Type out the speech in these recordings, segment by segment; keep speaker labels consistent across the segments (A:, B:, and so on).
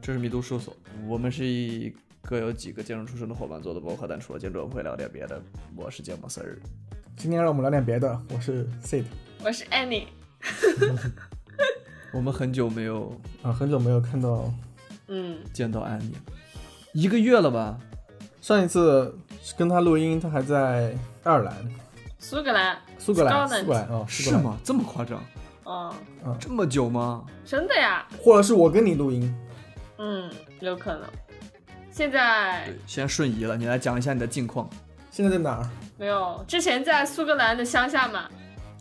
A: 这是迷途事务所，我们是一个有几个建筑出身的伙伴做的播客，但除了建筑，我们会聊点别的。我是芥末丝儿，
B: 今天让我们聊点别的，我是 Sid，
C: 我是 Annie，
A: 我们很久没有
B: 啊，很久没有看到，
C: 嗯，
A: 见到安妮，一个月了吧？
B: 上一次跟他录音，他还在爱尔兰、
C: 苏格兰，
B: 苏格兰、
C: Scotland
B: 苏格兰哦，苏
A: 是
B: 格兰？
A: 吗？这么夸张？
C: 哦，
A: 这么久吗？
C: 真的呀，
B: 或者是我跟你录音？
C: 嗯，有可能。现在
A: 对，现在瞬移了，你来讲一下你的近况。
B: 现在在哪儿？
C: 没有，之前在苏格兰的乡下嘛，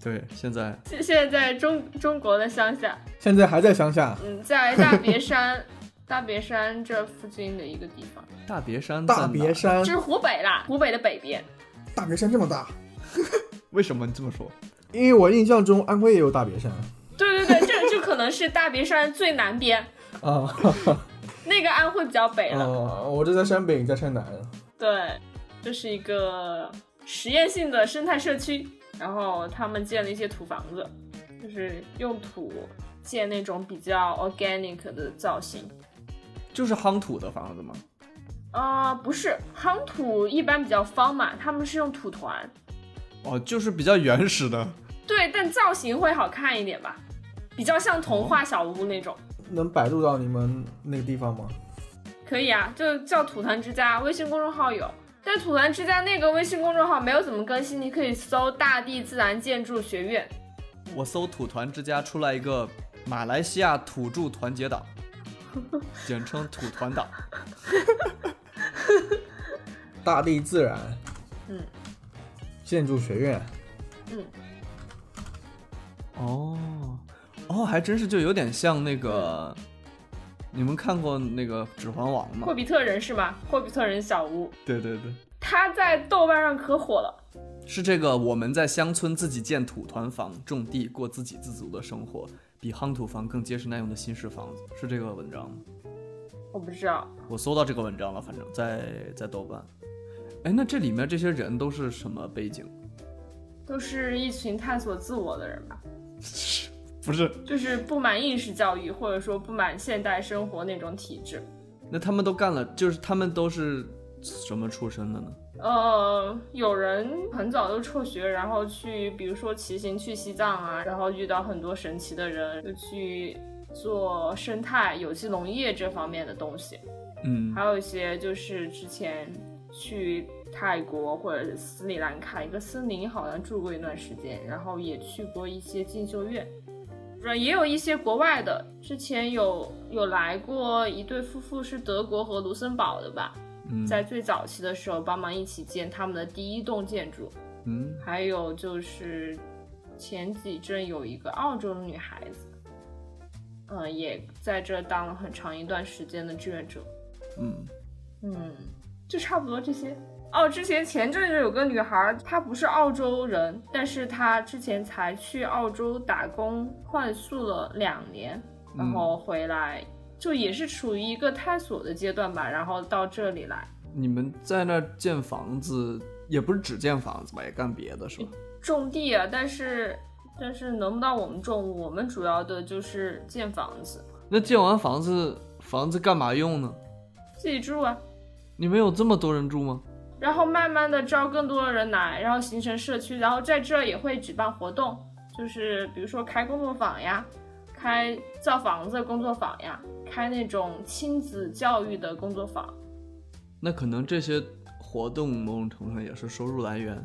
A: 对，现在
C: 现现在在中中国的乡下，
B: 现在还在乡下，
C: 嗯，在大别山大别山这附近的一个地方，
A: 大别山在哪
B: 大别山
C: 这，是湖北啦，湖北的北边。
B: 大别山这么大？
A: 为什么你这么说？
B: 因为我印象中安徽也有大别山
C: 对对对，这这可能是大别山最南边，
B: 啊。
C: 那个安徽比较北了。
B: 嗯，我这在山北，你在山南。
C: 对，这是一个实验性的生态社区，然后他们建了一些土房子，就是用土建那种比较 organic 的造型。
A: 就是夯土的房子吗？
C: 啊、不是，夯土一般比较方嘛，他们是用土团，
A: 哦，就是比较原始的。
C: 对，但造型会好看一点吧，比较像童话小屋那种。
B: 能百度到你们那个地方吗？
C: 可以啊，就叫土团之家，微信公众号有。但土团之家那个微信公众号没有怎么更新，你可以搜“大地自然建筑学院
A: 我搜“土团之家”出来一个马来西亚土著团结 党，简称土团党。
B: 大地自然，
C: 嗯，
B: 建筑学院，”。
A: 哦，哦，还真是就有点像那个，你们看过那个《指环王》
C: 霍
A: 吗？
C: 比特人是吗？霍比特人小屋，
A: 对对对，
C: 他在豆瓣上可火了。
A: 是这个。我们在乡村自己建土团房，种地，过自给自足的生活，比夯土房更结实耐用的新式房子，是这个文章吗？
C: 我不知道，
A: 我搜到这个文章了，反正在在豆瓣。哎，那这里面这些人都是什么背景？
C: 都是一群探索自我的人吧，
A: 不是，
C: 就是不满应试教育，或者说不满现代生活那种体制。
A: 那他们都干了，就是他们都是什么出身的呢？
C: 呃，有人很早就辍学，然后去，比如说骑行去西藏啊，然后遇到很多神奇的人，就去做生态、有机农业这方面的东西。
A: 嗯
C: 还有一些就是之前去泰国或者斯里兰卡一个森林，好像住过一段时间，然后也去过一些进修院，呃，也有一些国外的。之前有有来过一对夫妇是德国和卢森堡的吧，
A: 嗯
C: 在最早期的时候帮忙一起建他们的第一栋建筑，
A: 嗯，
C: 还有就是前几阵有一个澳洲的女孩子，嗯、也在这当了很长一段时间的志愿者。
A: 嗯，
C: 嗯，就差不多这些。哦，之前前阵子有个女孩儿，她不是澳洲人，但是她之前才去澳洲打工换宿了两年，
A: 嗯
C: 然后回来、就也是处于一个探索的阶段吧，然后到这里来。
A: 你们在那儿建房子，也不是只建房子吧，也干别的是吧？
C: 种地啊，但是但是轮不到我们种，我们主要的就是建房子，
A: 那建完房子，房子干嘛用呢？
C: 自己住啊，
A: 你们有这么多人住吗？
C: 然后慢慢的招更多的人来，然后形成社区，然后在这儿也会举办活动，就是比如说开工作坊呀，开造房子工作坊呀，开那种亲子教育的工作坊，
A: 那可能这些活动某种程度上也是收入来源。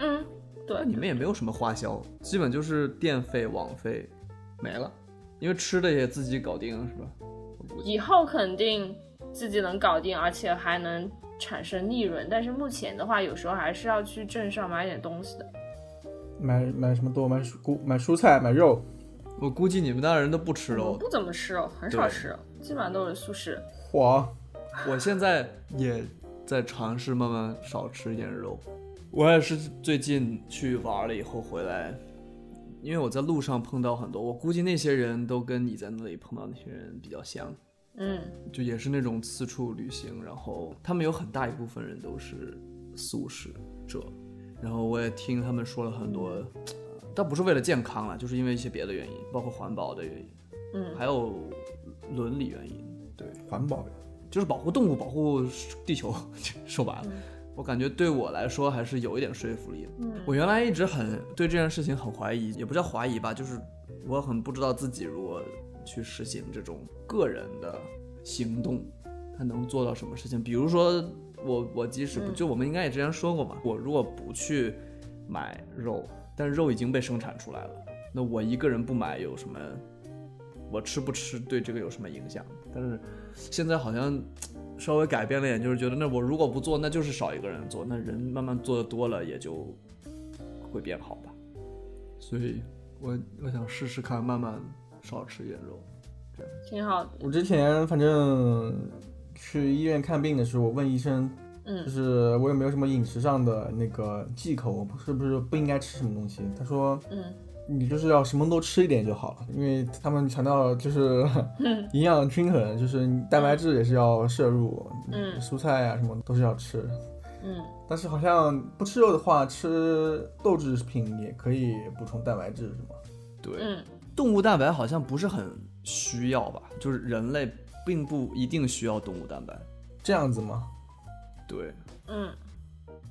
C: 嗯，
A: 那
C: 对，
A: 你们也没有什么花销，基本就是电费、网费没了，因为吃的也自己搞定是吧？我估计
C: 以后肯定自己能搞定，而且还能产生利润，但是目前的话，有时候还是要去镇上买点东西的。
B: 买买什么多？买蔬菇，买蔬菜，买肉。
A: 我估计你们那儿人都不吃
C: 我
A: 肉
C: 嗯不怎么吃肉，很少
A: 对
C: 吃肉，基本上都是素食。
B: 哇，
A: 我现在也在尝试慢慢少吃一点肉。我也是最近去玩了以后回来，因为我在路上碰到很多，我估计那些人都跟你在那里碰到那些人比较像，
C: 嗯，
A: 就也是那种四处旅行，然后他们有很大一部分人都是素食者，然后我也听他们说了很多，呃倒不是为了健康了，就是因为一些别的原因，包括环保的原因，
C: 嗯
A: 还有伦理原因，对。
B: 环保，
A: 就是保护动物、保护地球。 说白了，我感觉对我来说还是有一点说服力的。我原来一直很对这件事情很怀疑，也不叫怀疑吧，就是我很不知道自己如果去实行这种个人的行动，他能做到什么事情。比如说，我我即使不就我们应该也之前说过嘛，我如果不去买肉，但肉已经被生产出来了，那我一个人不买有什么？我吃不吃对这个有什么影响？但是现在好像稍微改变了一点，就是觉得那我如果不做，那就是少一个人做，那人慢慢做的多了也就会变好吧。所以我我想试试看，慢慢少吃一点肉。
C: 挺好的。
B: 我之前反正去医院看病的时候，我问医生，
C: 嗯
B: 就是我有没有什么饮食上的那个忌口，我是不是不应该吃什么东西？他说
C: 嗯，
B: 你就是要什么都吃一点就好了，因为他们强调就是 营养均衡，就是你蛋白质也是要摄入，
C: 嗯
B: 蔬菜啊什么都是要吃。
C: 嗯
B: 但是好像不吃肉的话，吃豆制品也可以补充蛋白质，是吗？
A: 对，
C: 嗯
A: 动物蛋白好像不是很需要吧？就是人类并不一定需要动物蛋白。
B: 这样子吗？
A: 对，
C: 嗯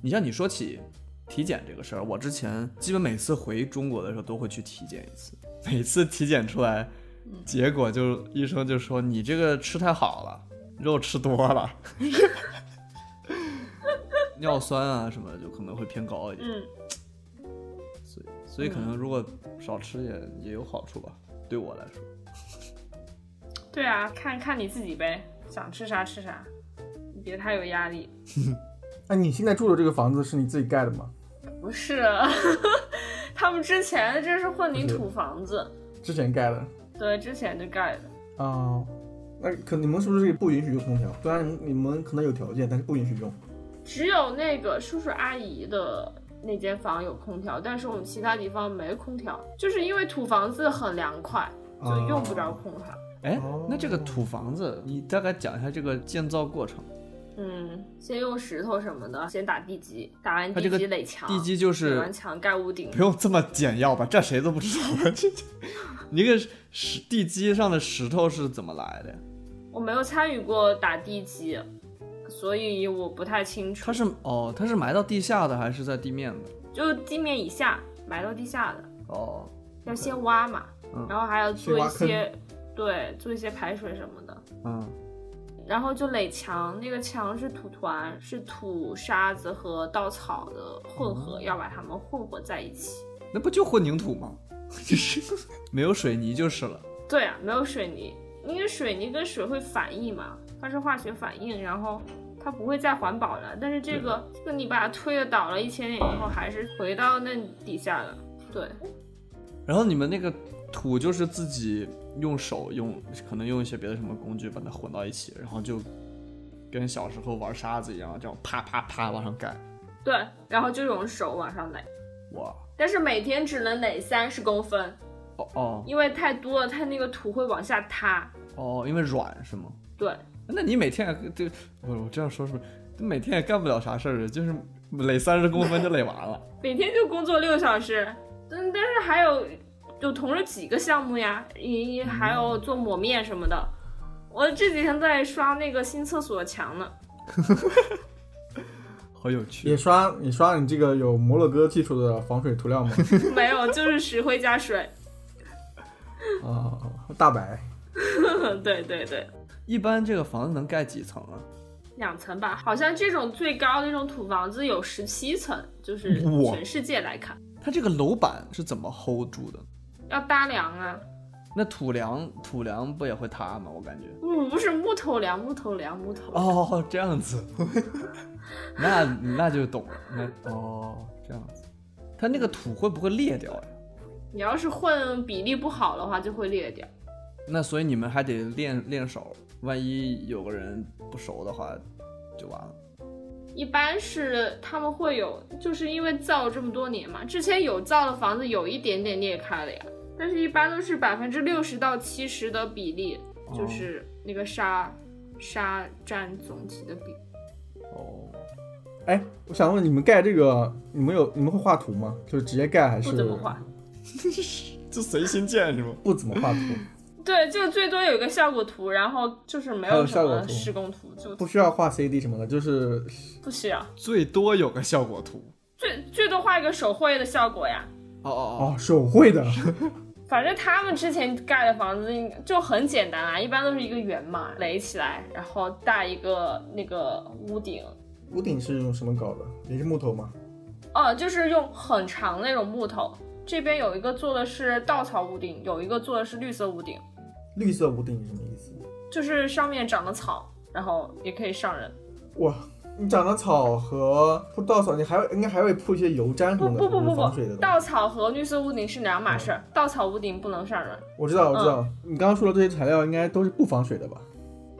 A: 你像你说起体检这个事儿，我之前基本每次回中国的时候都会去体检一次，每次体检出来，
C: 嗯
A: 结果就医生就说你这个吃太好了，肉吃多了， 尿酸啊什么的就可能会偏高一点，
C: 嗯，
A: 所以所以可能如果少吃也也有好处吧，对我来说，
C: 对啊，看看你自己呗，想吃啥吃啥，你别太有压力。
B: 那、你现在住的这个房子是你自己盖的吗？
C: 不是，啊 他们之前这是混凝土房子，
B: 之前盖的。
C: 对，之前就盖的。
B: 哦，那可你们是不是也不允许用空调？虽然你们可能有条件，但是不允许用。
C: 只有那个叔叔阿姨的那间房有空调，但是我们其他地方没空调，就是因为土房子很凉快，就
B: 哦
C: 用不着空调。
A: 哎
B: 哦，
A: 那这个土房子，你大概讲一下这个建造过程，
C: 嗯，先用石头什么的，先打地基，打完
A: 它
C: 地
A: 这个
C: 基垒墙，
A: 地基就
C: 垒
A: 是
C: 完墙盖屋顶
A: 不。用这么简要吧？这谁都不知道吧？这这，你这个石地基上的石头是怎么来的呀？
C: 我没有参与过打地基，所以我不太清楚
A: 它。是哦，它是埋到地下的还是在地面的？
C: 就地面以下埋到地下的，
A: 哦，
C: 要先挖嘛，
A: 嗯
C: 然后还要做
B: 先
C: 一
B: 挖坑
C: 些，对，做一些排水什么的。
A: 嗯，
C: 然后就垒墙，那个墙是土团，是土沙子和稻草的混合，
A: 哦
C: 要把它们混合在一起。
A: 那不就混凝土 吗？就是没有水泥就是了。
C: 对啊，没有水泥，因为水泥跟水会反应嘛，它是化学反应，然后它不会再环保了。但是这个，这个你把它推了倒了一千年以后，还是回到那底下了。对，
A: 然后你们那个土就是自己用手用，可能用一些别的什么工具把它混到一起，然后就跟小时候玩沙子一样，这样啪啪啪往上盖。
C: 对，然后就用手往上垒，
A: 哇，
C: 但是每天只能垒三十公分，
A: 哦哦
C: 因为太多了，它那个土会往下塌。
A: 哦，因为软是吗？
C: 对，
A: 那你每天也对我我这样说是不是？就每天也干不了啥事儿，就是垒三十公分就垒完了。
C: 每天就工作六小时，但但是还有有同时几个项目呀，你还有做抹面什么的。我这几天在刷那个新厕所的墙呢，
A: 好有
B: 也
A: 趣，
B: 刷也刷你这个有摩洛哥技术的防水涂料吗？
C: 没有，就是石灰加水。
B: 啊、大白。
C: 对对对，
A: 一般这个房子能盖几层啊？
C: 两层吧，好像这种最高的那种土房子有十七层，就是
A: 哇
C: 全世界来看
A: 它这个楼板是怎么 hold 住的？
C: 要搭梁啊，
A: 那土梁土梁不也会塌吗？我感觉。
C: 嗯不不是木头梁，木头梁，木头梁。
A: 哦，这样 子，那那就懂了。那哦，这样子，它那个土会不会裂掉呀？
C: 你要是混比例不好的话，就会裂掉。
A: 那所以你们还得练练手，万一有个人不熟的话，就完了。
C: 一般是他们会有，就是因为造了这么多年嘛，之前有造的房子有一点点裂开了呀，但是一般都是百分之六十到七十的比例，
A: 哦
C: 就是那个沙沙占总体的比例。
A: 哦，
B: 哎，我想问你们盖这个，你们有你们会画图吗？就是直接盖还是
C: 不怎么画，
A: 就随心见是吗？
B: 不怎么画图？
C: 对，就最多有一个效果图，然后就是没
B: 还有
C: 什
B: 效果
C: 么
B: 图
C: 施工图，就
B: 不需要画 CD 什么的，就是
C: 不需要，
D: 最多有个效果图。
C: 最最多画一个手绘的效果呀。
A: 哦哦
B: 哦手绘 的，
C: 反正他们之前盖的房子应该就很简单啊，一般都是一个圆嘛垒起来，然后搭一个那个屋顶，
B: 屋顶是用什么搞的？也是木头吗？
C: 哦，就是用很长那种木头。这边有一个做的是稻草屋顶，有一个做的是绿色屋顶，
B: 绿色屋顶是什么意思？
C: 就是上面长的草，然后也可以上人。
B: 哇，你长了草和铺稻草，你还应该还会铺一些油毡什
C: 不
B: 么的，
C: 不不
B: 就是
C: 不
B: 防水的东西。嗯
C: 不，稻草和绿色屋顶是两码事儿，稻草屋顶不能上人。
B: 我知道，我知道，
C: 嗯
B: 你刚刚说的这些材料应该都是不防水的吧？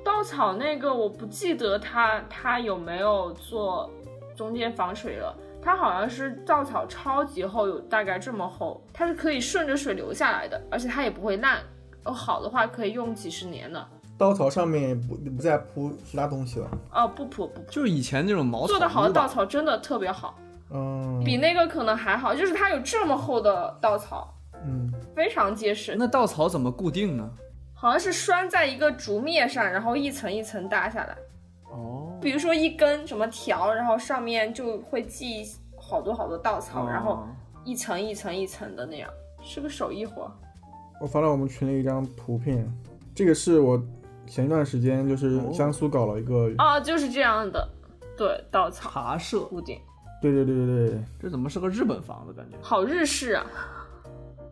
C: 稻草那个我不记得它它有没有做中间防水了，它好像是稻草超级厚，有大概这么厚，它是可以顺着水流下来的，而且它也不会烂。哦，好的话可以用几十年的。
B: 稻草上面不不再铺其他东西了。
C: 哦，不铺不铺，
A: 就是以前那种茅草
C: 做的好
A: 屋
C: 的
A: 吧
C: 稻草真的特别好，
B: 嗯，
C: 比那个可能还好，就是它有这么厚的稻草，
B: 嗯，
C: 非常结实，
A: 那稻草怎么固定呢？
C: 好像是拴在一个竹篾上，然后一层一层搭下来。
A: 哦，
C: 比如说一根什么条，然后上面就会系好多好多稻
A: 哦
C: 草，然后一层一层一层的那样，是个手艺活。
B: 我发到我们群里一张图片，这个是我前一段时间就是
A: 哦
B: 江苏搞了一个，
C: 哦，就是这样的，对，稻草
A: 茶社，
C: 固定，
B: 对对对对对，
A: 这怎么是个日本房子感觉？
C: 好日式啊。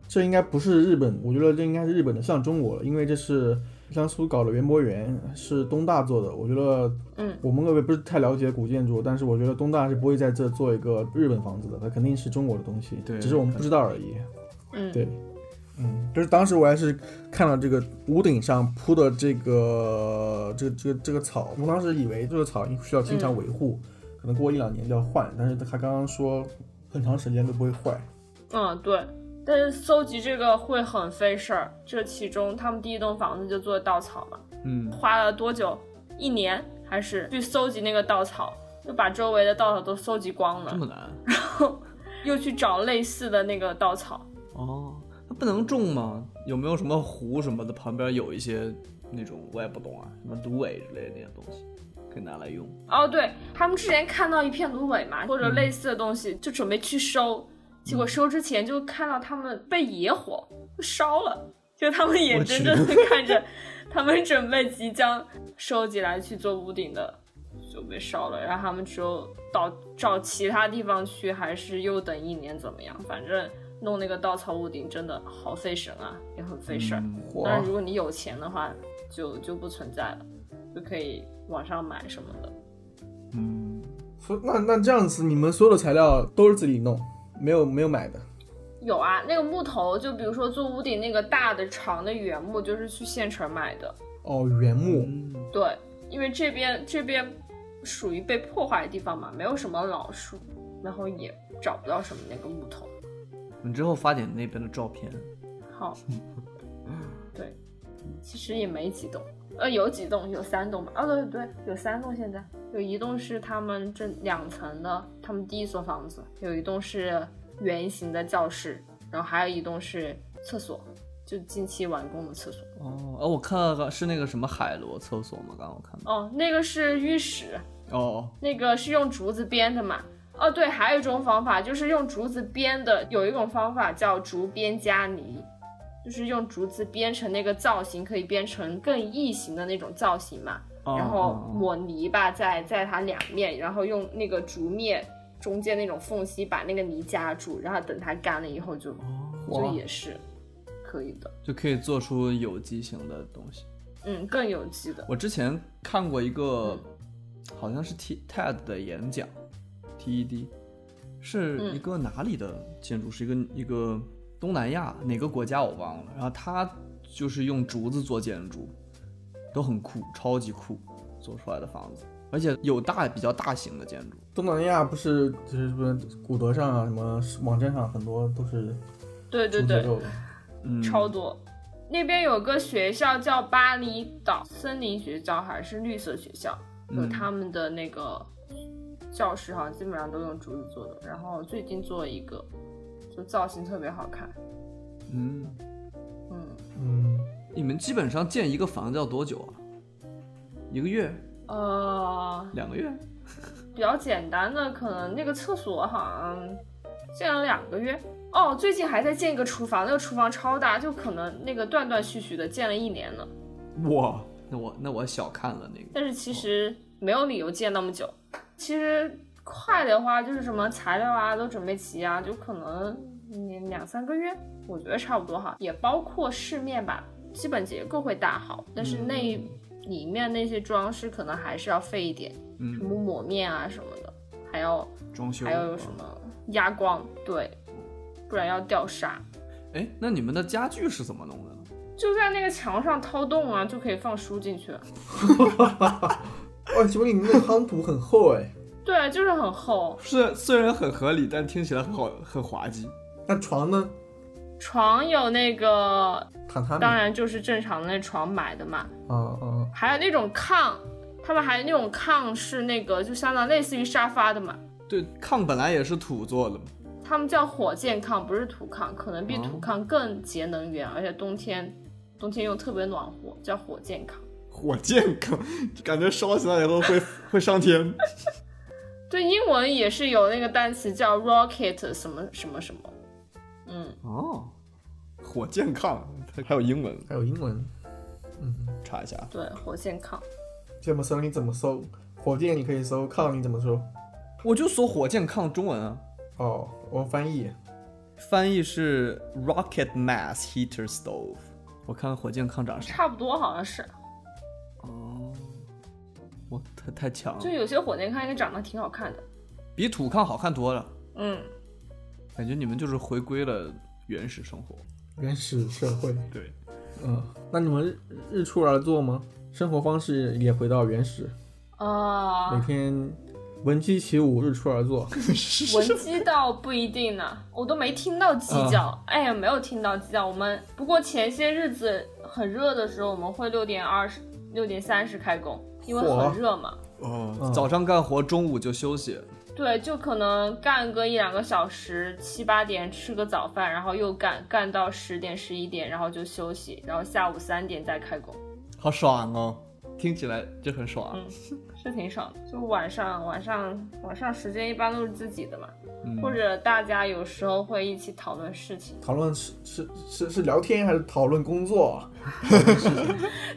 B: 这应该不是日本，我觉得这应该是日本的向中国了，因为这是江苏搞的园博园，是东大做的。我觉得，
C: 嗯，
B: 我们各位不是太了解古建筑，但是我觉得东大是不会在这做一个日本房子的，它肯定是中国的东西，
A: 对
B: 只是我们不知道而已。
C: 嗯，
B: 对，嗯，就是当时我还是看到这个屋顶上铺的这个这个这个这个草，我当时以为这个草需要经常维护，
C: 嗯
B: 可能过一两年就要换，但是他刚刚说很长时间都不会坏。
C: 嗯，对。但是搜集这个会很费事儿，这其中他们第一栋房子就做稻草嘛，
A: 嗯，
C: 花了多久？一年还是去搜集那个稻草，就把周围的稻草都搜集光
A: 这
C: 了，
A: 么难？
C: 又去找类似的那个稻草。
A: 哦，它不能种吗？有没有什么湖什么的旁边有一些那种我也不懂啊，什么芦苇之类的那些东西，可以拿来用。
C: 哦，对他们之前看到一片芦苇嘛，或者类似的东西，就准备去收，结果收之前就看到他们被野火烧了，就他们眼睁睁的看着他们准备即将收集来去做屋顶的就被烧了，然后他们只有到找其他地方去，还是又等一年怎么样？反正弄那个稻草屋顶真的好费神啊，也很费事儿。
A: 嗯
C: 但
B: 哇
C: 是如果你有钱的话，就就不存在了，就可以网上买什么的。
A: 嗯，
B: 所以那那这样子，你们所有的材料都是自己弄，没有没有买的。
C: 有啊，那个木头，就比如说做屋顶那个大的长的原木，就是去县城买的。
B: 哦，原木，
A: 嗯
C: 对，因为这边这边属于被破坏的地方嘛，没有什么老树，然后也找不到什么那个木头。
A: 你之后发点那边的照片。
C: 好，对，其实也没几栋，呃，有几栋，有三栋吧。哦，对对对，有三栋，现在有一栋是他们这两层的，他们第一所房子，有一栋是圆形的教室，然后还有一栋是厕所，就近期完工的厕所。
A: 哦，哦，我看了个是那个什么海螺厕所吗？刚刚我看到。
C: 哦，那个是浴室，
A: 哦，
C: 那个是用竹子编的嘛。哦，对，还有一种方法就是用竹子编的，有一种方法叫竹编加泥，就是用竹子编成那个造型，可以编成更异形的那种造型嘛。
A: 哦
C: 然后
A: 哦哦
C: 抹泥巴在在它两面，然后用那个竹篾中间那种缝隙把那个泥夹住，然后等它干了以后
A: 哦
C: 就就
B: 哇
C: 也是可以的，
A: 就可以做出有机型的东西。
C: 嗯，更有机的。
A: 我之前看过一个，好像是 T TED 的演讲，TED 是一个哪里的建筑师？一个一个东南亚哪个国家我忘了。然后他就是用竹子做建筑，都很酷，超级酷，做出来的房子，而且有大比较大型的建筑。
B: 东南亚不是就是什么古德上啊，什么网站上很多都是
C: 对对
B: 竹
C: 对
B: 结，构的。
A: 嗯，
C: 超多。那边有个学校叫巴厘岛森林学校，还是绿色学校，有
A: 嗯
C: 他们的那个教室，好像基本上都用竹子做的。然后最近做了一个，就造型特别好看。
A: 嗯，
C: 嗯，
B: 嗯，
A: 你们基本上建一个房子要多久啊？一个月、
C: 呃，
A: 两个月？
C: 比较简单的，可能那个厕所好像建了两个月。哦，最近还在建一个厨房，那个厨房超大，就可能那个断断续续的建了一年了。
A: 哇，那我那我小看了那个。
C: 但是其实没有理由建那么久。其实快的话，就是什么材料啊都准备齐啊，就可能嗯两三个月，我觉得差不多哈。也包括饰面吧，基本结构会大好，但是那里面那些装饰可能还是要费一点，什
A: 嗯，
C: 么抹面啊什么的，还要
A: 装修啊
C: 嗯还有什么压光，对，不然要掉沙。
A: 哎，那你们的家具是怎么弄的呢？
C: 就在那个墙上掏洞啊，就可以放书进去。
B: 哇，兄弟，哦你那个夯土很厚哎。
C: 对，啊就是很厚。
A: 是虽然很合理，但听起来很好很滑稽。
B: 那床呢？
C: 床有那个，
B: 榻榻米。
C: 当然就是正常的那床买的嘛。
B: 啊啊
C: 还有那种炕，他们还有那种炕是那个，就相当类似于沙发的嘛。
A: 对，炕本来也是土做的嘛。
C: 他们叫火箭炕，不是土炕，可能比
A: 哦
C: 土炕更节能源，而且冬天冬天又特别暖和，叫火箭炕。
D: 火箭梗，感觉烧起来以后 会会上天。
C: 对，英文也是有那个单词叫 rocket 什么什么什么，嗯，
A: 哦，
D: 火箭炕，它还有英文，
B: 还有英文。嗯
D: 查一下。
C: 对，火箭炕。
B: 这么搜你怎么搜？火箭你可以搜，炕你怎么搜？
A: 我就搜火箭炕中文啊，
B: 哦，我翻译。
A: 翻译是 rocket mass heater stove。我看看火箭炕长啥。
C: 差不多好像是，
A: 哦，我太太强
C: 就
A: 了，
C: 有些火箭炕应该长得挺好看的。
A: 比土炕好看多了。
C: 嗯，
A: 感觉你们就是回归了原始生活。
B: 原始社会。
D: 对，
B: 嗯，那你们日日出而作吗？生活方式也回到原始，
C: 啊、
B: 每天闻鸡起舞，日出而作。
C: 闻鸡倒不一定呢，我都没听到鸡叫，哎呀，没有听到鸡叫。我们不过前些日子很热的时候，我们会六点二十、六点三十开工，因为
B: 嚯
C: 很热嘛。
D: 哦，
B: 嗯
A: 早上干活，中午就休息。
C: 对，就可能干个一两个小时，七八点吃个早饭，然后又干，干到十点十一点，然后就休息，然后下午三点再开工，
A: 好爽哦，听起来就很爽。
C: 嗯是挺爽的。就晚上晚上晚上时间一般都是自己的嘛，
A: 嗯
C: 或者大家有时候会一起讨论事情，
B: 讨论是是是是聊天还是讨论工作？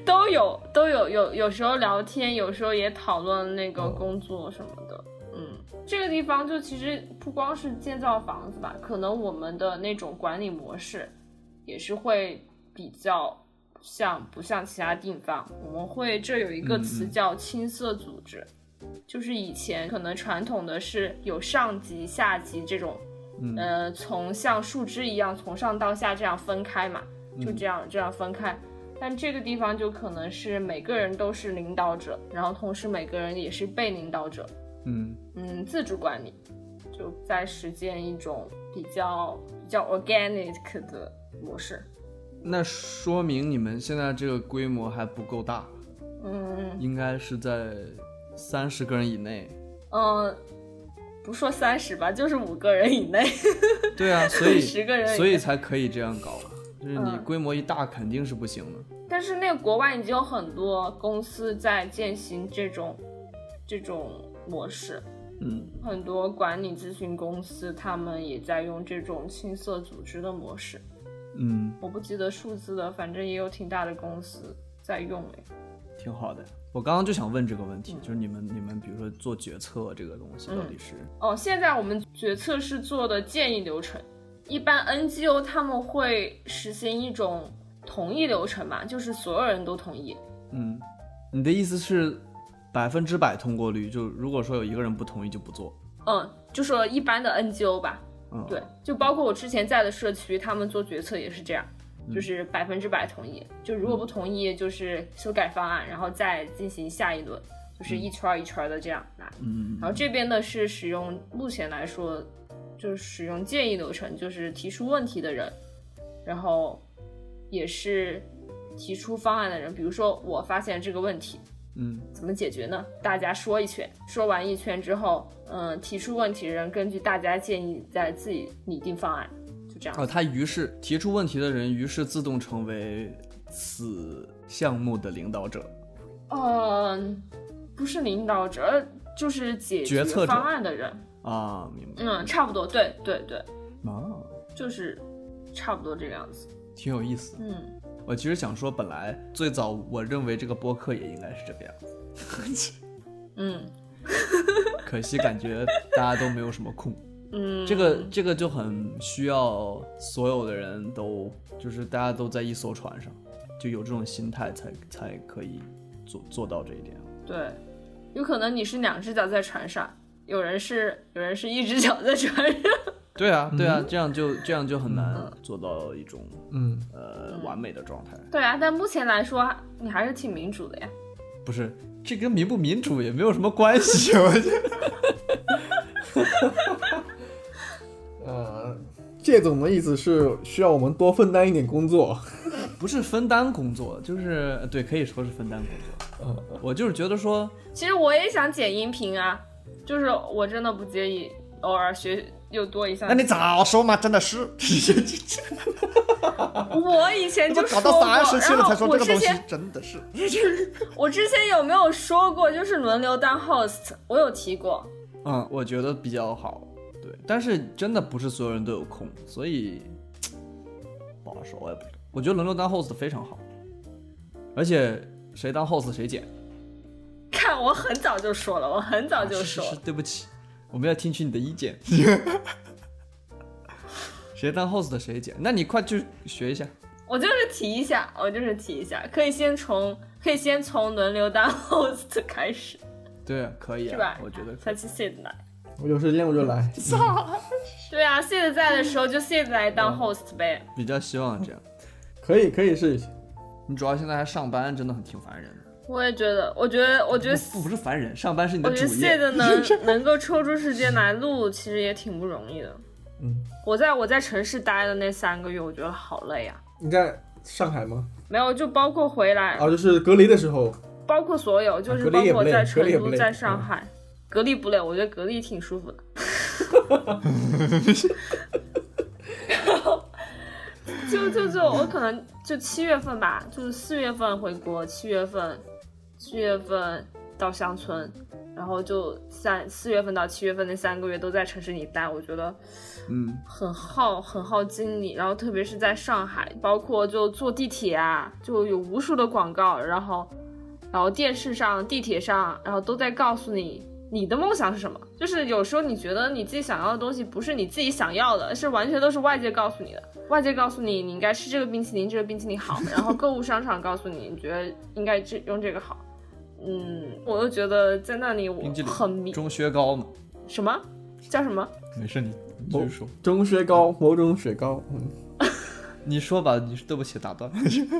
C: 都有都有有有时候聊天，有时候也讨论那
A: 嗯
C: 个工作什么的。嗯，这个地方就其实不光是建造房子吧，可能我们的那种管理模式也是会比较像不像其他地方，我们会这有一个词
A: 嗯嗯
C: 叫青色组织，就是以前可能传统的是有上级、下级这种，
A: 嗯
C: 呃，从像树枝一样从上到下这样分开嘛，就
A: 嗯
C: 这样、这样分开。但这个地方就可能是每个人都是领导者，然后同时每个人也是被领导者，
A: 嗯，
C: 嗯，自主管理，就在实践一种比较比较 organic 的模式。
A: 那说明你们现在这个规模还不够大，
C: 嗯
A: 应该是在三十个人以 内。
C: 嗯，不说三十吧，就是五个人以内，
A: 对啊，所以
C: 十个人以内
A: 所以才可以这样搞。啊就是你
C: 嗯
A: 规模一大，肯定是不行的。
C: 但是那个国外已经有很多公司在践行这种这种模式，
A: 嗯，
C: 很多管理咨询公司他们也在用这种青色组织的模式。
A: 嗯，
C: 我不记得数字了，反正也有挺大的公司在用哎。
A: 挺好的。我刚刚就想问这个问
C: 嗯
A: 题，就是你们你们比如说做决策这个东西，到底是
C: 哦，现在我们决策是做的建议流程，一般 NGO 他们会实行一种同意流程嘛，就是所有人都同意。
A: 嗯，你的意思是百分之百通过率，就如果说有一个人不同意就不做。
C: 嗯，就说一般的 NGO 吧，
A: 嗯，
C: 对，就包括我之前在的社区，他们做决策也是这样，
A: 嗯
C: 就是百分之百同意，就如果不同意，就是修改方案，然后再进行下一轮，就是一圈儿一圈儿的这样来。
A: 嗯嗯，嗯
C: 然后这边呢是使用目前来说，就是使用建议流程，就是提出问题的人，然后也是提出方案的人。比如说，我发现这个问题，
A: 嗯
C: 怎么解决呢？大家说一圈，说完一圈之后，嗯，提出问题的人根据大家建议再自
A: 呃
C: 己拟定方案，就这样。
A: 哦，他于是提出问题的人，于是自动成为此项目的领导者？哦
C: 嗯，不是领导者，就是解
A: 决
C: 决
A: 策者
C: 方案的人。
A: 啊，明白。
C: 嗯，差不多，对对对，
A: 啊，
C: 就是差不多这个样子。
A: 挺有意思的。
C: 嗯，
A: 我其实想说，本来最早我认为这个播客也应该是这个样子，
C: 嗯
A: 可惜感觉大家都没有什么空。
C: 嗯，
A: 这个这个就很需要所有的人都，就是大家都在一艘船上，就有这种心态才才可以做做到这一点。
C: 对，有可能你是两只脚在船上，有人是有人是一只脚在船上。
A: 对啊，对啊，这样就这样就很难
C: 嗯
A: 做到一种
B: 嗯，
A: 呃完美的状态。
C: 对啊，但目前来说，你还是挺民主的呀。
A: 不是，这跟民不民主也没有什么关系。 我觉得
B: 呃，谢总的意思是需要我们多分担一点工作。
A: 不是分担工作，就是呃对，可以说是分担工作。我就是觉得说，
C: 其实我也想剪音频啊，就是我真的不介意偶尔学又多一项
D: 那。你早说嘛，真的 是，
C: 我以前
D: 你
C: 就
D: 们
C: 说
D: 搞
C: 过，
D: 到三十期
C: 然
D: 了
C: 后
D: 才说
C: 哎我
D: 这个
C: 之
D: 东西
C: 前，
D: 真的是。
C: 我之前有没有说过，就是轮流当 host，我有提过。
A: 嗯，我觉得比较好。对，但是真的不是所有人都有空，所以不好说，我也不知道。我觉得轮流当 host 非常好，而且谁当 host 谁剪。
C: 看，我很早就说了，我很早就说
A: 啊
D: 啊
A: 是是是，对不起，我们要听取你的意 见。谁当 host 谁剪？那你快去学一下。
C: 我就是提一下，我就是提一下，可以先从可以先从轮流当 host 开始，
A: 对，可以、啊，
C: 是吧？
A: 我觉得可以
C: 下期 Sid 来。
B: 我有时间我就来。 嗯
C: 对啊，Sid 在的时候就 Sid 来
D: 嗯
C: 当 host 呗。
A: 比较希望这样。
B: 可以，可以试一下。
A: 你主要现在还上班，真的很挺烦人的。
C: 我也觉得，我觉得，我觉得
A: 不不是烦人，上班是你
C: 我
A: 的
C: 觉得
A: 主业。
C: Sid 能能够抽出时间来录，其实也挺不容易的。
B: 嗯，
C: 我在我在城市待的那三个月，我觉得好累啊。
B: 你在上海吗？
C: 没有，就包括回来，
B: 哦，就是隔离的时候，
C: 包括所有，就
B: 隔
C: 是
B: 离
C: 包
B: 啊也不
C: 括
B: 累
C: 在
B: 隔离
C: 成
B: 也
C: 都、
B: 不累嗯
C: 在上海，隔离不累，我觉得隔离挺舒服的。 就就就我可能就七月份吧，就是四月份回国，七月份，七月份到乡村，然后就三四月份到七月份那三个月都在城市里待，我觉得
A: 嗯，
C: 很耗很耗精力，然后特别是在上海，包括就坐地铁啊，就有无数的广告，然后，然后电视上、地铁上，然后都在告诉你你的梦想是什么。就是有时候你觉得你自己想要的东西不是你自己想要的，是完全都是外界告诉你的。外界告诉你你应该吃这个冰淇淋，这个冰淇淋好，然后购物商场告诉你你觉得应该这用这个好。嗯，我就觉得在那里我
A: 冰激凌
C: 很迷
A: 中薛高嘛，
C: 什么叫什么？
A: 没事，你你继续说，
B: 中雪糕，某种雪糕。嗯，
A: 你说吧，你对不起，打断。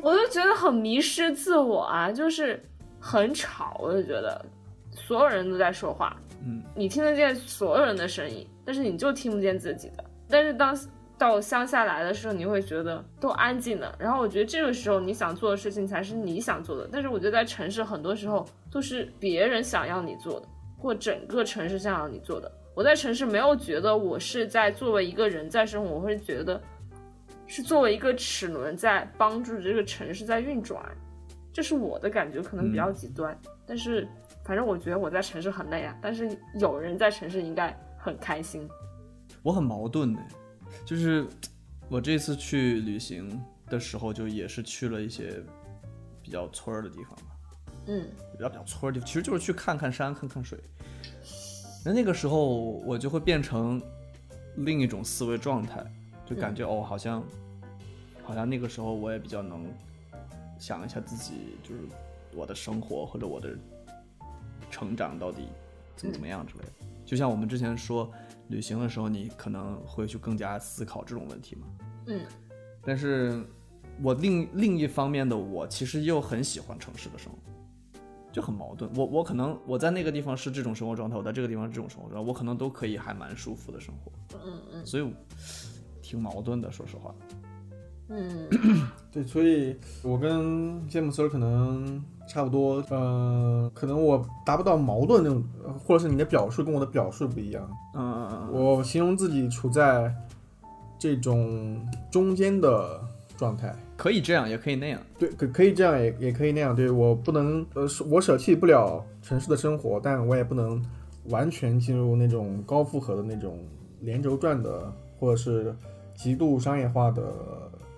C: 我就觉得很迷失自我啊，就是很吵，我就觉得所有人都在说话，
A: 嗯，
C: 你听得见所有人的声音，但是你就听不见自己的。但是当到乡下来的时候，你会觉得都安静了。然后我觉得这个时候你想做的事情才是你想做的，但是我觉得在城市很多时候都是别人想要你做的，或整个城市想要你做的。我在城市没有觉得我是在作为一个人在生活，我会觉得是作为一个齿轮在帮助这个城市在运转，这是我的感觉，可能比较极端，但是反正我觉得我在城市很累啊，但是有人在城市应该很开心。
A: 我很矛盾呢，就是我这次去旅行的时候，就也是去了一些比较村儿的地方嘛，
C: 嗯
A: 比较比较村儿的地方，其实就是去看看山、看看水。那那个时候，我就会变成另一种思维状态，就感觉、哦，好像好像那个时候我也比较能想一下自己，就是我的生活或者我的成长到底怎么怎么样之类的。就像我们之前说，旅行的时候你可能会去更加思考这种问题嘛。
C: 嗯
A: 但是我另另一方面的我，其实又很喜欢城市的生活，就很矛盾。我我可能我在那个地方是这种生活状态，我在这个地方是这种生活状态，我可能都可以还蛮舒服的生活，
C: 嗯嗯
A: 所以我挺矛盾的，说实话。
C: 嗯，
B: 对，所以我跟詹姆斯可能差不多，呃，可能我达不到矛盾那种，呃或者是你的表述跟我的表述不一样。
A: 嗯嗯嗯嗯，
B: 我形容自己处在这种中间的状态，
A: 可以这样，也可以那样。
B: 对，可可以这样，也也可以那样。对我不能，呃，是我舍弃不了城市的生活，但我也不能完全进入那种高负荷的那种连轴转的，或者是极度商业化的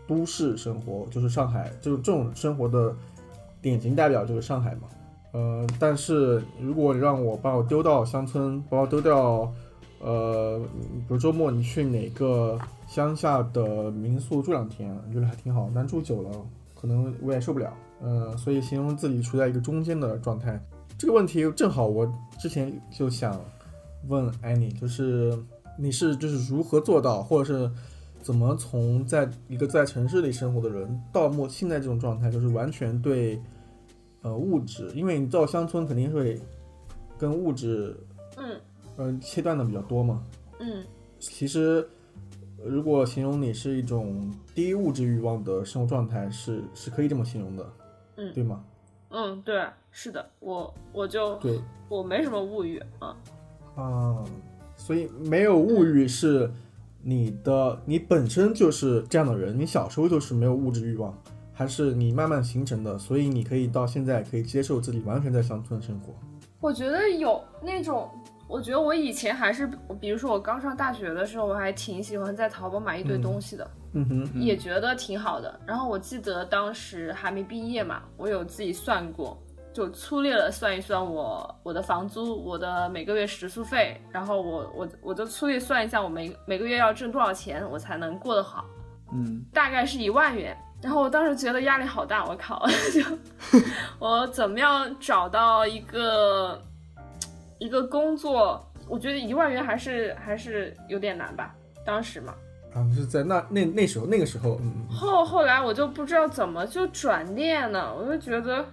B: 都市生活。就是上海，就是这种生活的典型代表就是上海嘛。呃，但是如果你让我把我丢到乡村，把我丢到，呃，比如周末你去哪个乡下的民宿住两天，我觉得还挺好，但住久了可能我也受不了。呃，所以形容自己处在一个中间的状态。这个问题正好我之前就想问安妮，就是你是就是如何做到，或者是怎么从在一个在城市里生活的人到目现在这种状态，就是完全对。呃，物质，因为你到乡村肯定会跟物质，
C: 嗯
B: 呃，切断的比较多嘛。
C: 嗯
B: 其实，呃如果形容你是一种低物质欲望的生活状态是，是可以这么形容的，
C: 嗯
B: 对吗？
C: 嗯，对，是的，我我就
B: 对
C: 我没什么物欲啊，
B: 啊，所以没有物欲是你的，你本身就是这样的人，你小时候就是没有物质欲望，还是你慢慢形成的，所以你可以到现在可以接受自己完全在乡村生活。
C: 我觉得有那种，我觉得我以前还是，比如说我刚上大学的时候，我还挺喜欢在淘宝买一堆
B: 嗯
C: 东西的，
B: 嗯哼，
C: 也觉得挺好的。然后我记得当时还没毕业嘛，我有自己算过，就粗略的算一算我我的房租、我的每个月食宿费，然后我我我就粗略算一下我每每个月要挣多少钱，我才能过得好。
A: 嗯，
C: 大概是一万元。然后我当时觉得压力好大，我靠，就 我怎么样找到一个一个工作？我觉得一万元还是还是有点难吧，当时嘛。
B: 啊，你是在那那那时候那个时候，嗯嗯。嗯
C: 后后来我就不知道怎么就转念了，我就觉得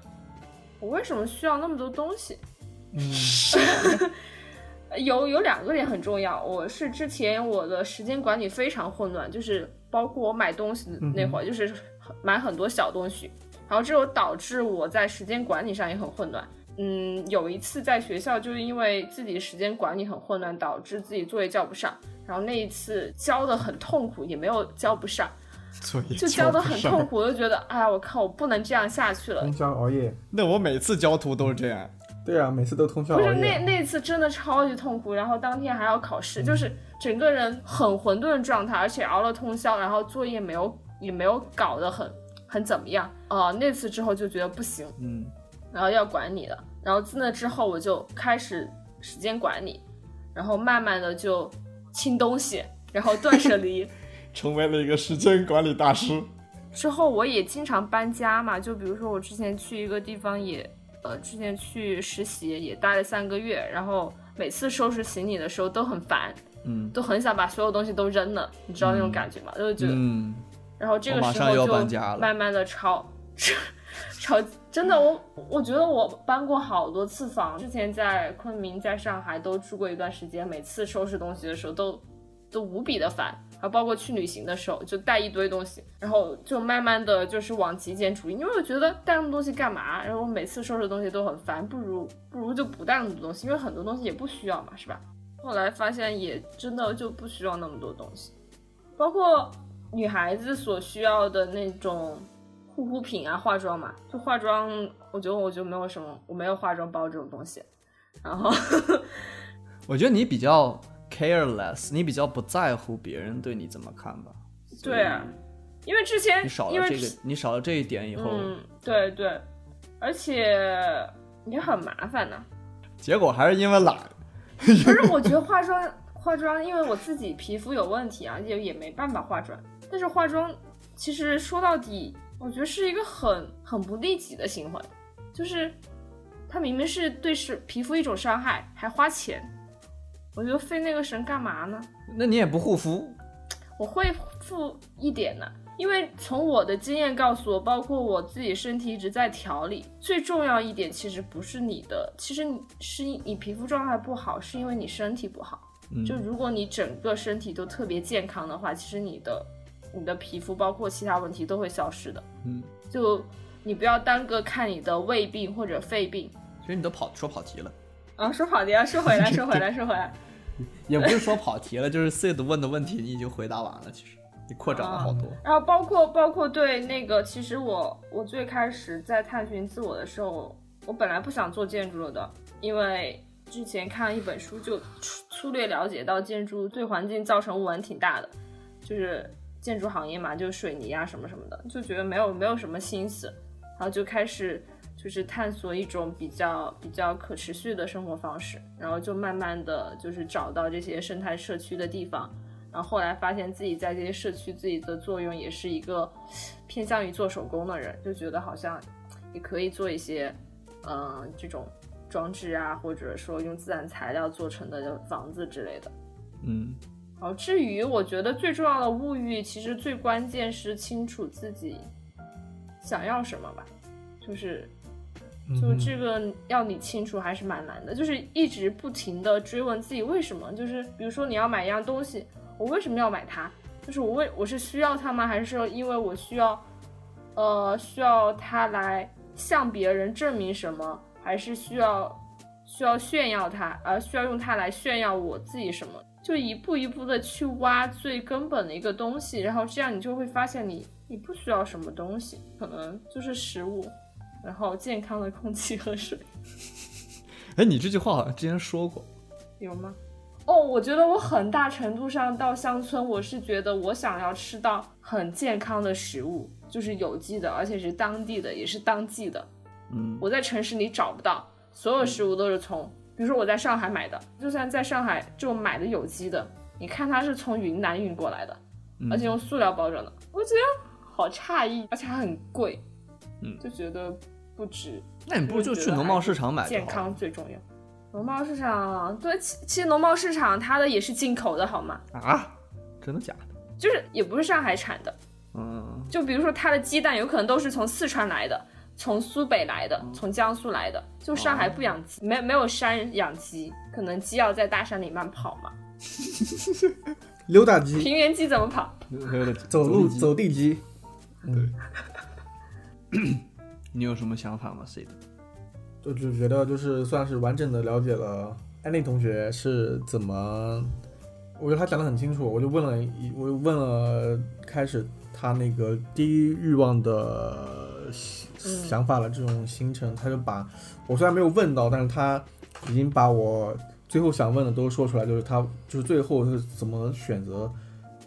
C: 我为什么需要那么多东西？
B: 嗯
C: 有有两个点很重要，我是之前我的时间管理非常混乱，就是包括我买东西那会儿，就是很买很多小东西，然后这就导致我在时间管理上也很混乱。嗯，有一次在学校就是因为自己时间管理很混乱，导致自己作业交不上，然后那一次交的很痛苦，也没有交不上，
D: 作业
C: 就交的很痛苦，我就觉得哎呀，我靠，我不能这样下去了
B: 通，宵熬夜，
D: 那我每次交图都是这样，
B: 对啊，每次都通宵
C: 不
B: 熬
C: 是那
B: 夜。
C: 那次真的超级痛苦，然后当天还要考试，就是整个人很混沌的状态，而且熬了通宵，然后作业没有也没有搞得很很怎么样啊、呃那次之后就觉得不行，
A: 嗯，
C: 然后要管理了，然后自那之后我就开始时间管理，然后慢慢的就清东西，然后断舍离，
D: 成为了一个时间管理大师。
C: 之后我也经常搬家嘛，就比如说我之前去一个地方也，呃，之前去实习也待了三个月，然后每次收拾行李的时候都很烦，
A: 嗯，
C: 都很想把所有东西都扔了，你知道那种感觉吗？就觉得，
A: 嗯，
C: 然后这
A: 我
C: 个
A: 马
C: 时
A: 上
C: 候
A: 又要搬
C: 就
A: 家了
C: 慢慢的超超真的我我觉得我搬过好多次房，之前在昆明、在上海都住过一段时间，每次收拾东西的时候都都无比的烦，然后包括去旅行的时候就带一堆东西，然后就慢慢的就是往极简主义，因为我觉得带那么多东西干嘛？然后我每次收拾东西都很烦，不如不如就不带那么多东西，因为很多东西也不需要嘛，是吧？后来发现也真的就不需要那么多东西，包括女孩子所需要的那种护肤品啊、化妆嘛，就化妆，我觉得我就没有什么，我没有化妆包这种东西。然后
A: 我觉得你比较 careless，你比较不在乎别人对你怎么看吧。所以
C: 对啊因为之前
A: 你少
C: 哎因
A: 了
C: 为
A: 这个，你少了这一点以后，
C: 嗯，对对，而且也很麻烦呢、
D: 结果还是因为懒，
C: 不是，我觉得化妆化妆，因为我自己皮肤有问题啊，也也没办法化妆。但是化妆其实说到底，我觉得是一个很很不利己的行为，就是它明明是对是皮肤一种伤害，还花钱，我觉得费那个神干嘛呢？
A: 那你也不护肤，
C: 我会付一点的，因为从我的经验告诉我，包括我自己身体一直在调理，最重要一点其实不是你的，其实你是你皮肤状态不好，是因为你身体不好。
A: 嗯
C: 就如果你整个身体都特别健康的话，其实你的你的皮肤包括其他问题都会消失的。
A: 嗯，
C: 就你不要单个看你的胃病或者肺病。
A: 其实你都跑说跑题 了，
C: 啊，说跑题了，说回来，说回来，说回来。
A: 也不是说跑题了，就是 Sid 问的问题你已经回答完了，其实你扩展了好多。
C: 然后包括包括对那个，其实我我最开始在探寻自我的时候，我本来不想做建筑的，因为之前看了一本书就粗粗略了解到建筑对环境造成污染挺大的，就是建筑行业嘛，就是水泥啊什么什么的，就觉得没有没有什么心思，然后就开始就是探索一种比较比较可持续的生活方式，然后就慢慢的就是找到这些生态社区的地方。然后后来发现自己在这些社区自己的作用也是一个偏向于做手工的人，就觉得好像也可以做一些，嗯、这种装置啊，或者说用自然材料做成的房子之类的。
A: 嗯，
C: 然后呃至于我觉得最重要的物欲，其实最关键是清楚自己想要什么吧，就是就这个要你清楚还是蛮难的，就是一直不停的追问自己为什么，就是比如说你要买一样东西，我为什么要买它？就是我为我是需要它吗？还是因为我需要，呃，需要它来向别人证明什么？还是需要需要炫耀它，呃，需要用它来炫耀我自己什么？就一步一步的去挖最根本的一个东西，然后这样你就会发现你你不需要什么东西，可能就是食物，然后健康的空气和水，
A: 哎，你这句话好像之前说过，
C: 有吗？哦，我觉得我很大程度上到乡村，我是觉得我想要吃到很健康的食物，就是有机的，而且是当地的，也是当季的。
A: 嗯，
C: 我在城市里找不到，所有食物都是从，比如说我在上海买的，就算在上海就买的有机的，你看它是从云南运过来的，
A: 嗯
C: 而且用塑料包装的，我觉得好诧异，而且还很贵，
A: 嗯
C: 就觉得不值。
A: 那你不如就去农贸市场买就
C: 健
A: 好了
C: 康最重要。农贸市场，对，其其实农贸市场它的也是进口的，好吗？
A: 啊？真的假的？
C: 就是也不是上海产的，
A: 嗯，
C: 就比如说它的鸡蛋有可能都是从四川来的，从苏北来的，
A: 嗯
C: 从江苏来的。就上海不
A: 哦
C: 养鸡，没没有山养鸡，可能鸡要在大山里慢跑嘛，
B: 溜达鸡，
C: 平原鸡怎么跑？
A: 溜 达
B: 走路
A: 地
B: 走地鸡，
A: 你有什么想法吗？C 的，
B: 就就觉得就是算是完整的了解了安利同学是怎么，我觉得他讲的很清楚，我就问了一，我就问了开始他那个低欲望的想法了，这种形成，他就把我虽然没有问到，但是他已经把我最后想问的都说出来，就是他就是最后是怎么选择。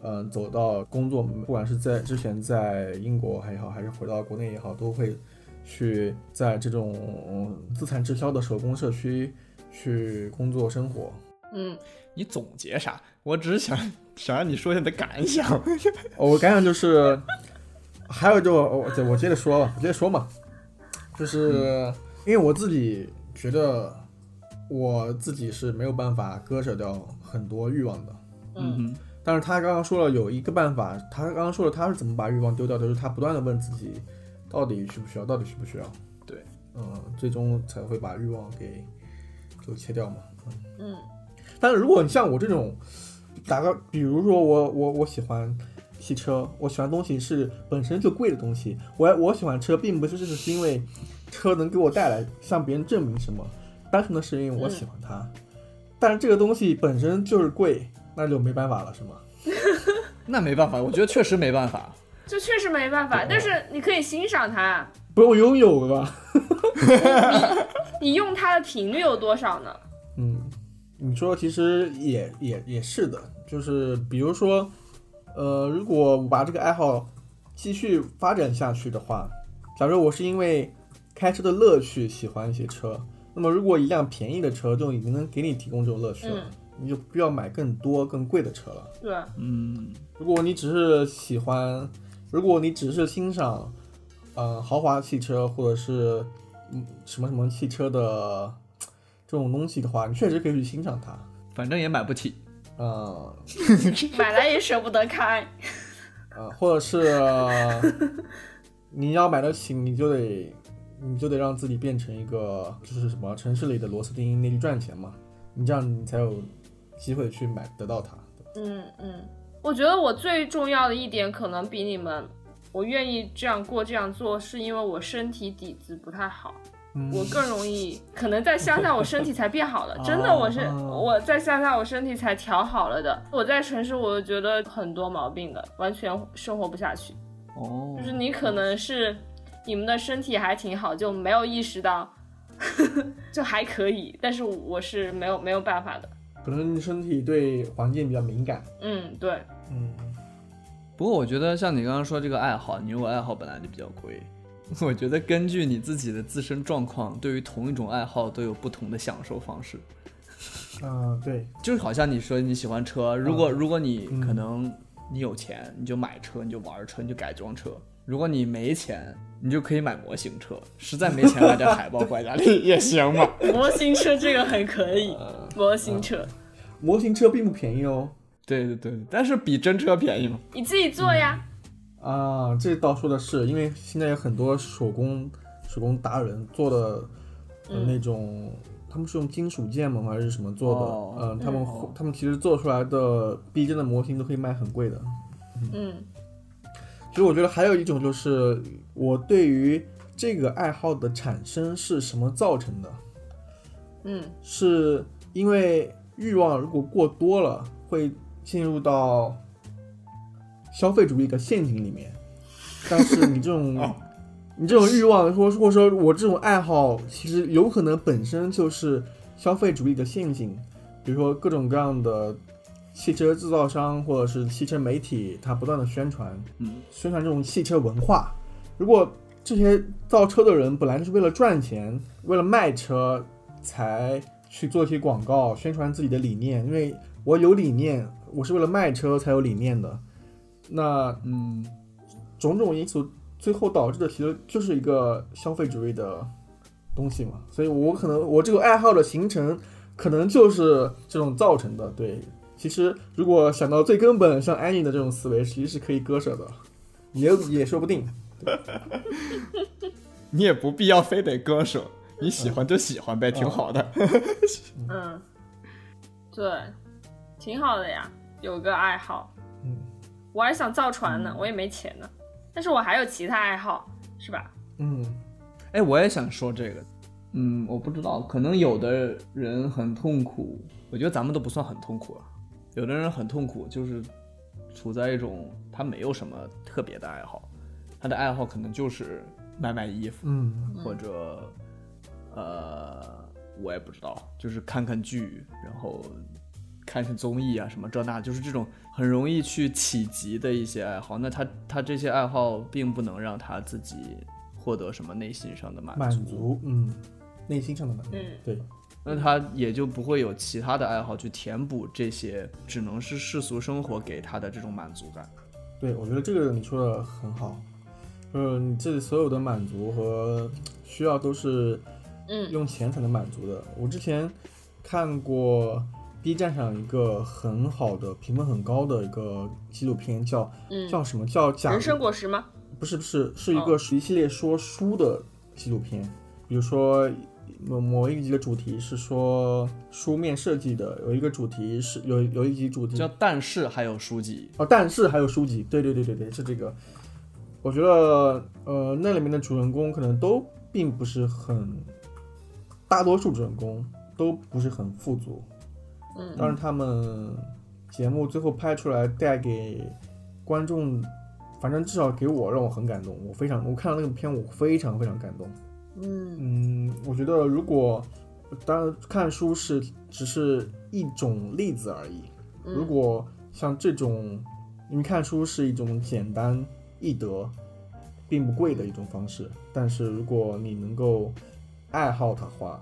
B: 嗯，走到工作，不管是在之前在英国还也好，还是回到国内也好，都会去在这种自产自销的手工社区 去工作生活。
C: 嗯，
A: 你总结啥？我只是想想让你说一下你的感 想。
B: 哦我感想就是，还有就我我我接着说吧，我接着说嘛，就是因为我自己觉得我自己是没有办法割舍掉很多欲望的。
A: 嗯哼，
B: 但是他刚刚说了有一个办法，他刚刚说了他是怎么把欲望丢掉，就是他不断的问自己，到底需不需要，到底需不需要。
A: 对，
B: 嗯，最终才会把欲望给就切掉嘛。
C: 嗯，
B: 但是如果你像我这种，打个比如说我我我喜欢汽车，我喜欢东西是本身就贵的东西，我我喜欢车，并不是只是因为车能给我带来向别人证明什么，单纯的是因为我喜欢它。但是这个东西本身就是贵，那就没办法了，是吗？
A: 那没办法，我觉得确实没办法。
C: 这确实没办法，但是你可以欣赏它，
B: 不用拥有了吧？
C: 你用它的频率有多少呢？
B: 嗯，你说其实也也也是的，就是比如说，呃，如果我把这个爱好继续发展下去的话，假如我是因为开车的乐趣喜欢一些车，那么如果一辆便宜的车就已经能给你提供这种乐趣了，
C: 嗯
B: 你就不要买更多更贵的车了。
C: 对，
A: 嗯，
B: 如果你只是喜欢，如果你只是欣赏，呃，豪华汽车或者是嗯什么什么汽车的这种东西的话，你确实可以去欣赏它。
A: 反正也买不起。
B: 嗯、
C: 买来也舍不得开，
B: 呃，或者是、你要买得起，你就得你就得让自己变成一个就是什么城市里的螺丝钉，那去赚钱嘛。你这样你才有机会去买得到它。
C: 嗯，嗯，我觉得我最重要的一点，可能 比你们，我愿意这样过这样做，是因为我身体底子不太好，
B: 嗯
C: 我更容易，可能在乡下我身体才变好 了，真的我是
B: 哦
C: 我在乡下我身体才调好了的，我在城市我觉得很多毛病的，完全生活不下去。
A: 哦
C: 就是你可能是你们的身体还挺好，就没有意识到， 就还可以，但是我是没有没有办法的。
B: 可能身体对环境比较敏感。
C: 嗯，对，
B: 嗯，
A: 不过我觉得像你刚刚说这个爱好，你如果爱好本来就比较贵， 我觉得根据你自己的自身状况，对于同一种爱好都有不同的享受方式。
B: 啊，对，
A: 就是好像你说你喜欢车，如果、如果你
B: 嗯
A: 可能你有钱，你就买车，你就玩车，你就改装车；如果你没钱，你就可以买模型车。实在没钱买点海豹挂家里 也行嘛。
C: 模型车这个很可以，模型车
B: 模型车并不便宜哦。
A: 对对对，但是比真车便宜嘛。
C: 你自己做呀。
B: 啊，这倒说的是，因为现在有很多手工手工达人做的、呃
C: 嗯
B: 那种，他们是用金属件吗？还是什么做的？
A: 哦
B: 嗯，他
C: 嗯
B: 们会、他们其实做出来的逼真的模型都可以卖很贵的。
C: 嗯
B: 其实我觉得还有一种就是我对于这个爱好的产生是什么造成的？
C: 嗯
B: 是因为欲望如果过多了，会进入到消费主义的陷阱里面。但是你这种你这种欲望，或或者说我这种爱好，其实有可能本身就是消费主义的陷阱。比如说各种各样的汽车制造商或者是汽车媒体，它不断的宣传，
A: 嗯，
B: 宣传这种汽车文化。如果这些造车的人本来就是为了赚钱，为了卖车才去做一些广告，宣传自己的理念。因为我有理念，我是为了卖车才有理念的。那
A: 嗯，
B: 种种因素最后导致的，其实就是一个消费主义的东西嘛。所以我可能我这个爱好的形成，可能就是这种造成的。对，其实如果想到最根本，像安妮的这种思维，其实是可以割舍的，也也说不定。
A: 你也不必要非得割舍，你喜欢就喜欢呗，挺好的。
C: 嗯，对，挺好的呀，有个爱好。
B: 嗯
C: 我还想造船呢，我也没钱呢，但是我还有其他爱好，是吧？
B: 嗯，
A: 哎，我也想说这个。嗯，我不知道，可能有的人很痛苦，我觉得咱们都不算很痛苦啊。有的人很痛苦，就是处在一种他没有什么特别的爱好，他的爱好可能就是买买衣服，
B: 嗯
A: 或者呃，我也不知道，就是看看剧，然后看看综艺啊什么这那，就是这种很容易去企及的一些爱好。那他他这些爱好并不能让他自己获得什么内心上的满足，
B: 满足，嗯，内心上的满足，
C: 嗯
B: 对，
A: 那他也就不会有其他的爱好去填补这些，只能是世俗生活给他的这种满足感。
B: 对，我觉得这个你说的很好，就是你这所有的满足和需要都是
C: 嗯
B: 用钱才能满足的。我之前看过 B 站上一个很好的评分很高的一个纪录片，叫
C: 嗯，
B: 叫什么叫假
C: 人
B: 如
C: 参果实吗？
B: 不是不是，是一
C: 哦
B: 个一系列说书的纪录片，比如说某某一集的主题是说书面设计的，有一个主题是有有一集主题
A: 叫但是还有书籍，
B: 哦，但是还有书籍，对对对对对，是这个。我觉得，呃，那里面的主人公可能都并不是很，大多数主人公都不是很富足，
C: 嗯
B: 但是他们节目最后拍出来带给观众，反正至少给我让我很感动，我非常，我看到那个片我非常非常感动。
C: 嗯
B: 嗯，我觉得如果当然看书是只是一种例子而已，如
C: 嗯
B: 果像这种，你看书是一种简单易得，并不贵的一种方式，但是如果你能够爱好它的话，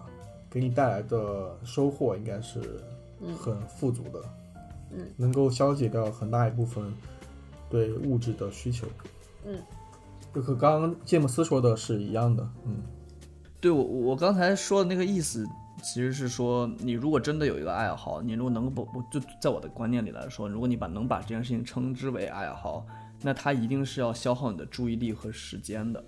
B: 给你带来的收获应该是
C: 嗯
B: 很富足的，
C: 嗯，
B: 能够消解掉很大一部分对物质的需求，
C: 嗯，
B: 就和刚刚詹姆斯说的是一样的，嗯
A: 对我我刚才说的那个意思，其实是说，你如果真的有一个爱好，你如果能不不就在我的观念里来说，如果你把能把这件事情称之为爱好，那它一定是要消耗你的注意力和时间的。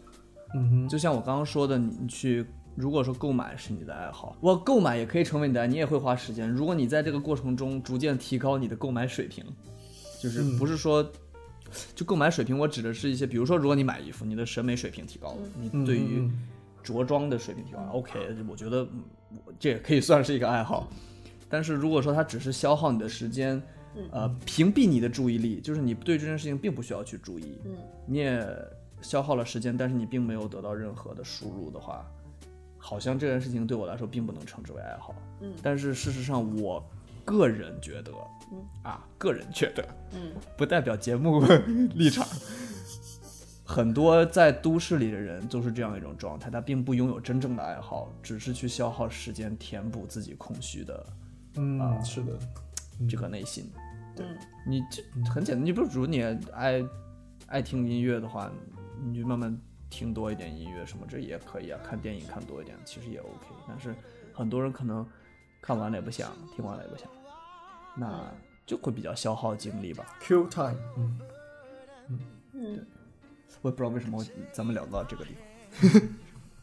B: 嗯哼，
A: 就像我刚刚说的，你你去如果说购买是你的爱好，我购买也可以成为你的爱，你也会花时间。如果你在这个过程中逐渐提高你的购买水平，就是
B: 嗯
A: 不是说。就购买水平，我指的是一些，比如说，如果你买衣服，你的审美水平提高了，你
B: 嗯
A: 对于
B: 嗯
A: 着装的水平提高，OK，我觉得嗯我这也可以算是一个爱好。但是如果说它只是消耗你的时间，
C: 嗯
A: 呃，屏蔽你的注意力，就是你对这件事情并不需要去注意，
C: 嗯，
A: 你也消耗了时间，但是你并没有得到任何的输入的话，好像这件事情对我来说并不能称之为爱好。
C: 嗯
A: 但是事实上，我个人觉得，
C: 嗯
A: 啊，个人觉得，
C: 嗯
A: 不代表节目 立场。很多在都市里的人都是这样一种状态，他并不拥有真正的爱好，只是去消耗时间填补自己空虚的
B: 嗯，是的，
A: 这个内心。
C: 嗯，
A: 你这很简单，你不是如你爱爱听音乐的话，你就慢慢听多一点音乐什么，这也可以啊。看电影看多一点，其实也 OK。但是很多人可能看完了也不想，听完了也不想，那就会比较消耗精力吧。
B: Q time，嗯，
C: 嗯，
A: 我也不知道为什么我咱们聊到这个地方。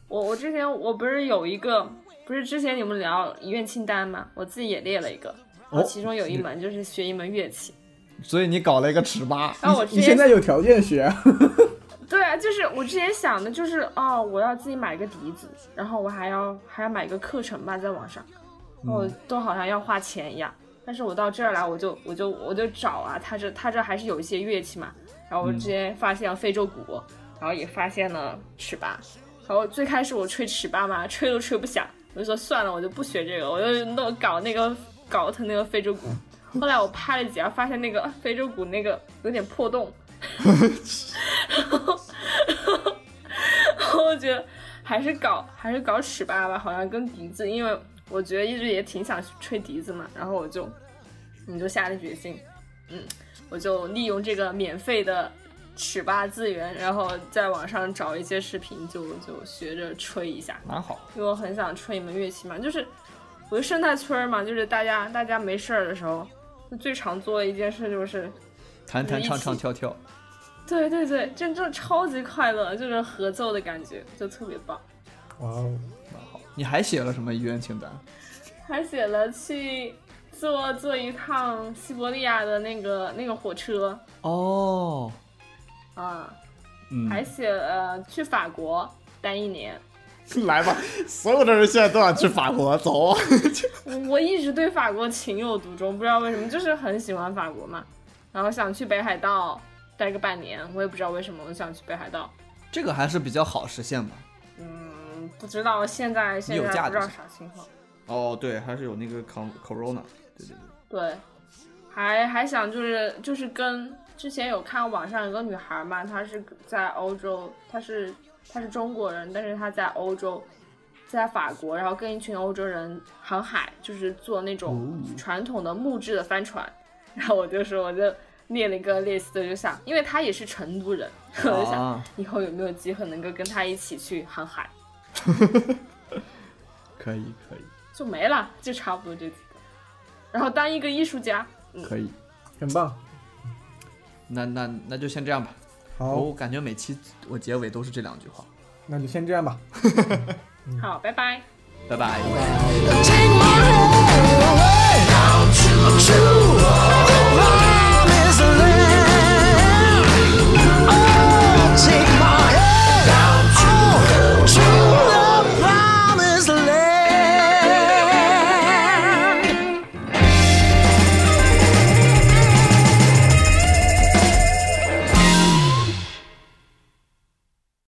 C: 我我之前我不是有一个，不是之前你们聊遗愿清单嘛，我自己也列了一个，然后其中有一门就是学一门乐器，
A: 所以你搞了一个尺八，
C: 然后我之
B: 你现
C: 前
B: 在有条件学，啊
C: 对啊，就是我之前想的就是哦，我要自己买个笛子，然后我还要还要买个课程吧，在网上，我都好像要花钱一样。但是我到这儿来，我就我就我就找啊，他这他这还是有一些乐器嘛，然后我之前发现了非洲鼓，然后也发现了尺八，然后最开始我吹尺八嘛，吹都吹不响，我就说算了，我就不学这个，我就弄搞那个搞腾那个非洲鼓。后来我拍了几下，发现那个非洲鼓那个有点破洞，我觉得还是搞还是搞尺八吧，好像跟笛子，因为我觉得一直也挺想吹笛子嘛，然后我就你就下了决心，嗯，我就利用这个免费的尺八资源，然后在网上找一些视频就，就学着吹一下，
A: 蛮好。
C: 因为我很想吹一门乐器嘛，就是我是生态村儿嘛，就是大家大家没事儿的时候，就最常做的一件事就是
A: 弹弹唱唱跳跳，
C: 对对对，真正超级快乐，就是合奏的感觉，就特别棒。
B: 哇哦，
A: 蛮好。嗯你还写了什么遗愿清单？
C: 还写了去坐坐一趟西伯利亚的那个那个火车
A: 哦，
C: 啊，
A: 嗯，
C: 还写了去法国待一年。
D: 来吧，所有的人现在都想去法国，走。啊
C: 我我一直对法国情有独钟，不知道为什么，就是很喜欢法国嘛。然后想去北海道待个半年，我也不知道为什么我想去北海道。
A: 这个还是比较好实现吧。
C: 嗯，不知道现在现
A: 有
C: 在
A: 价
C: 不知道
A: 值
C: 啥情况。
D: 哦，对，还是有那个 con corona，对对对，
C: 对，还还想就是就是跟之前有看网上有个女孩嘛，她是在欧洲，她是她是中国人，但是她在欧洲，在法国，然后跟一群欧洲人航海，就是坐那种传统的木质的帆船， 然后我就说我就列了一个 list，就想，因为她也是成都人， 我就想、
A: 啊，
C: 以后有没有机会能够跟她一起去航海，
A: 可以可以
C: 就没了，就差不多这几个，然后当一个艺术家，嗯，
A: 可以，
B: 很棒，
A: 那那那就先这样吧。
B: 好，
A: 我感觉每期我结尾都是这两句话，
B: 那就先这样吧。
C: 好，拜拜。
A: 拜拜。
E: Take my hand away. I'll choose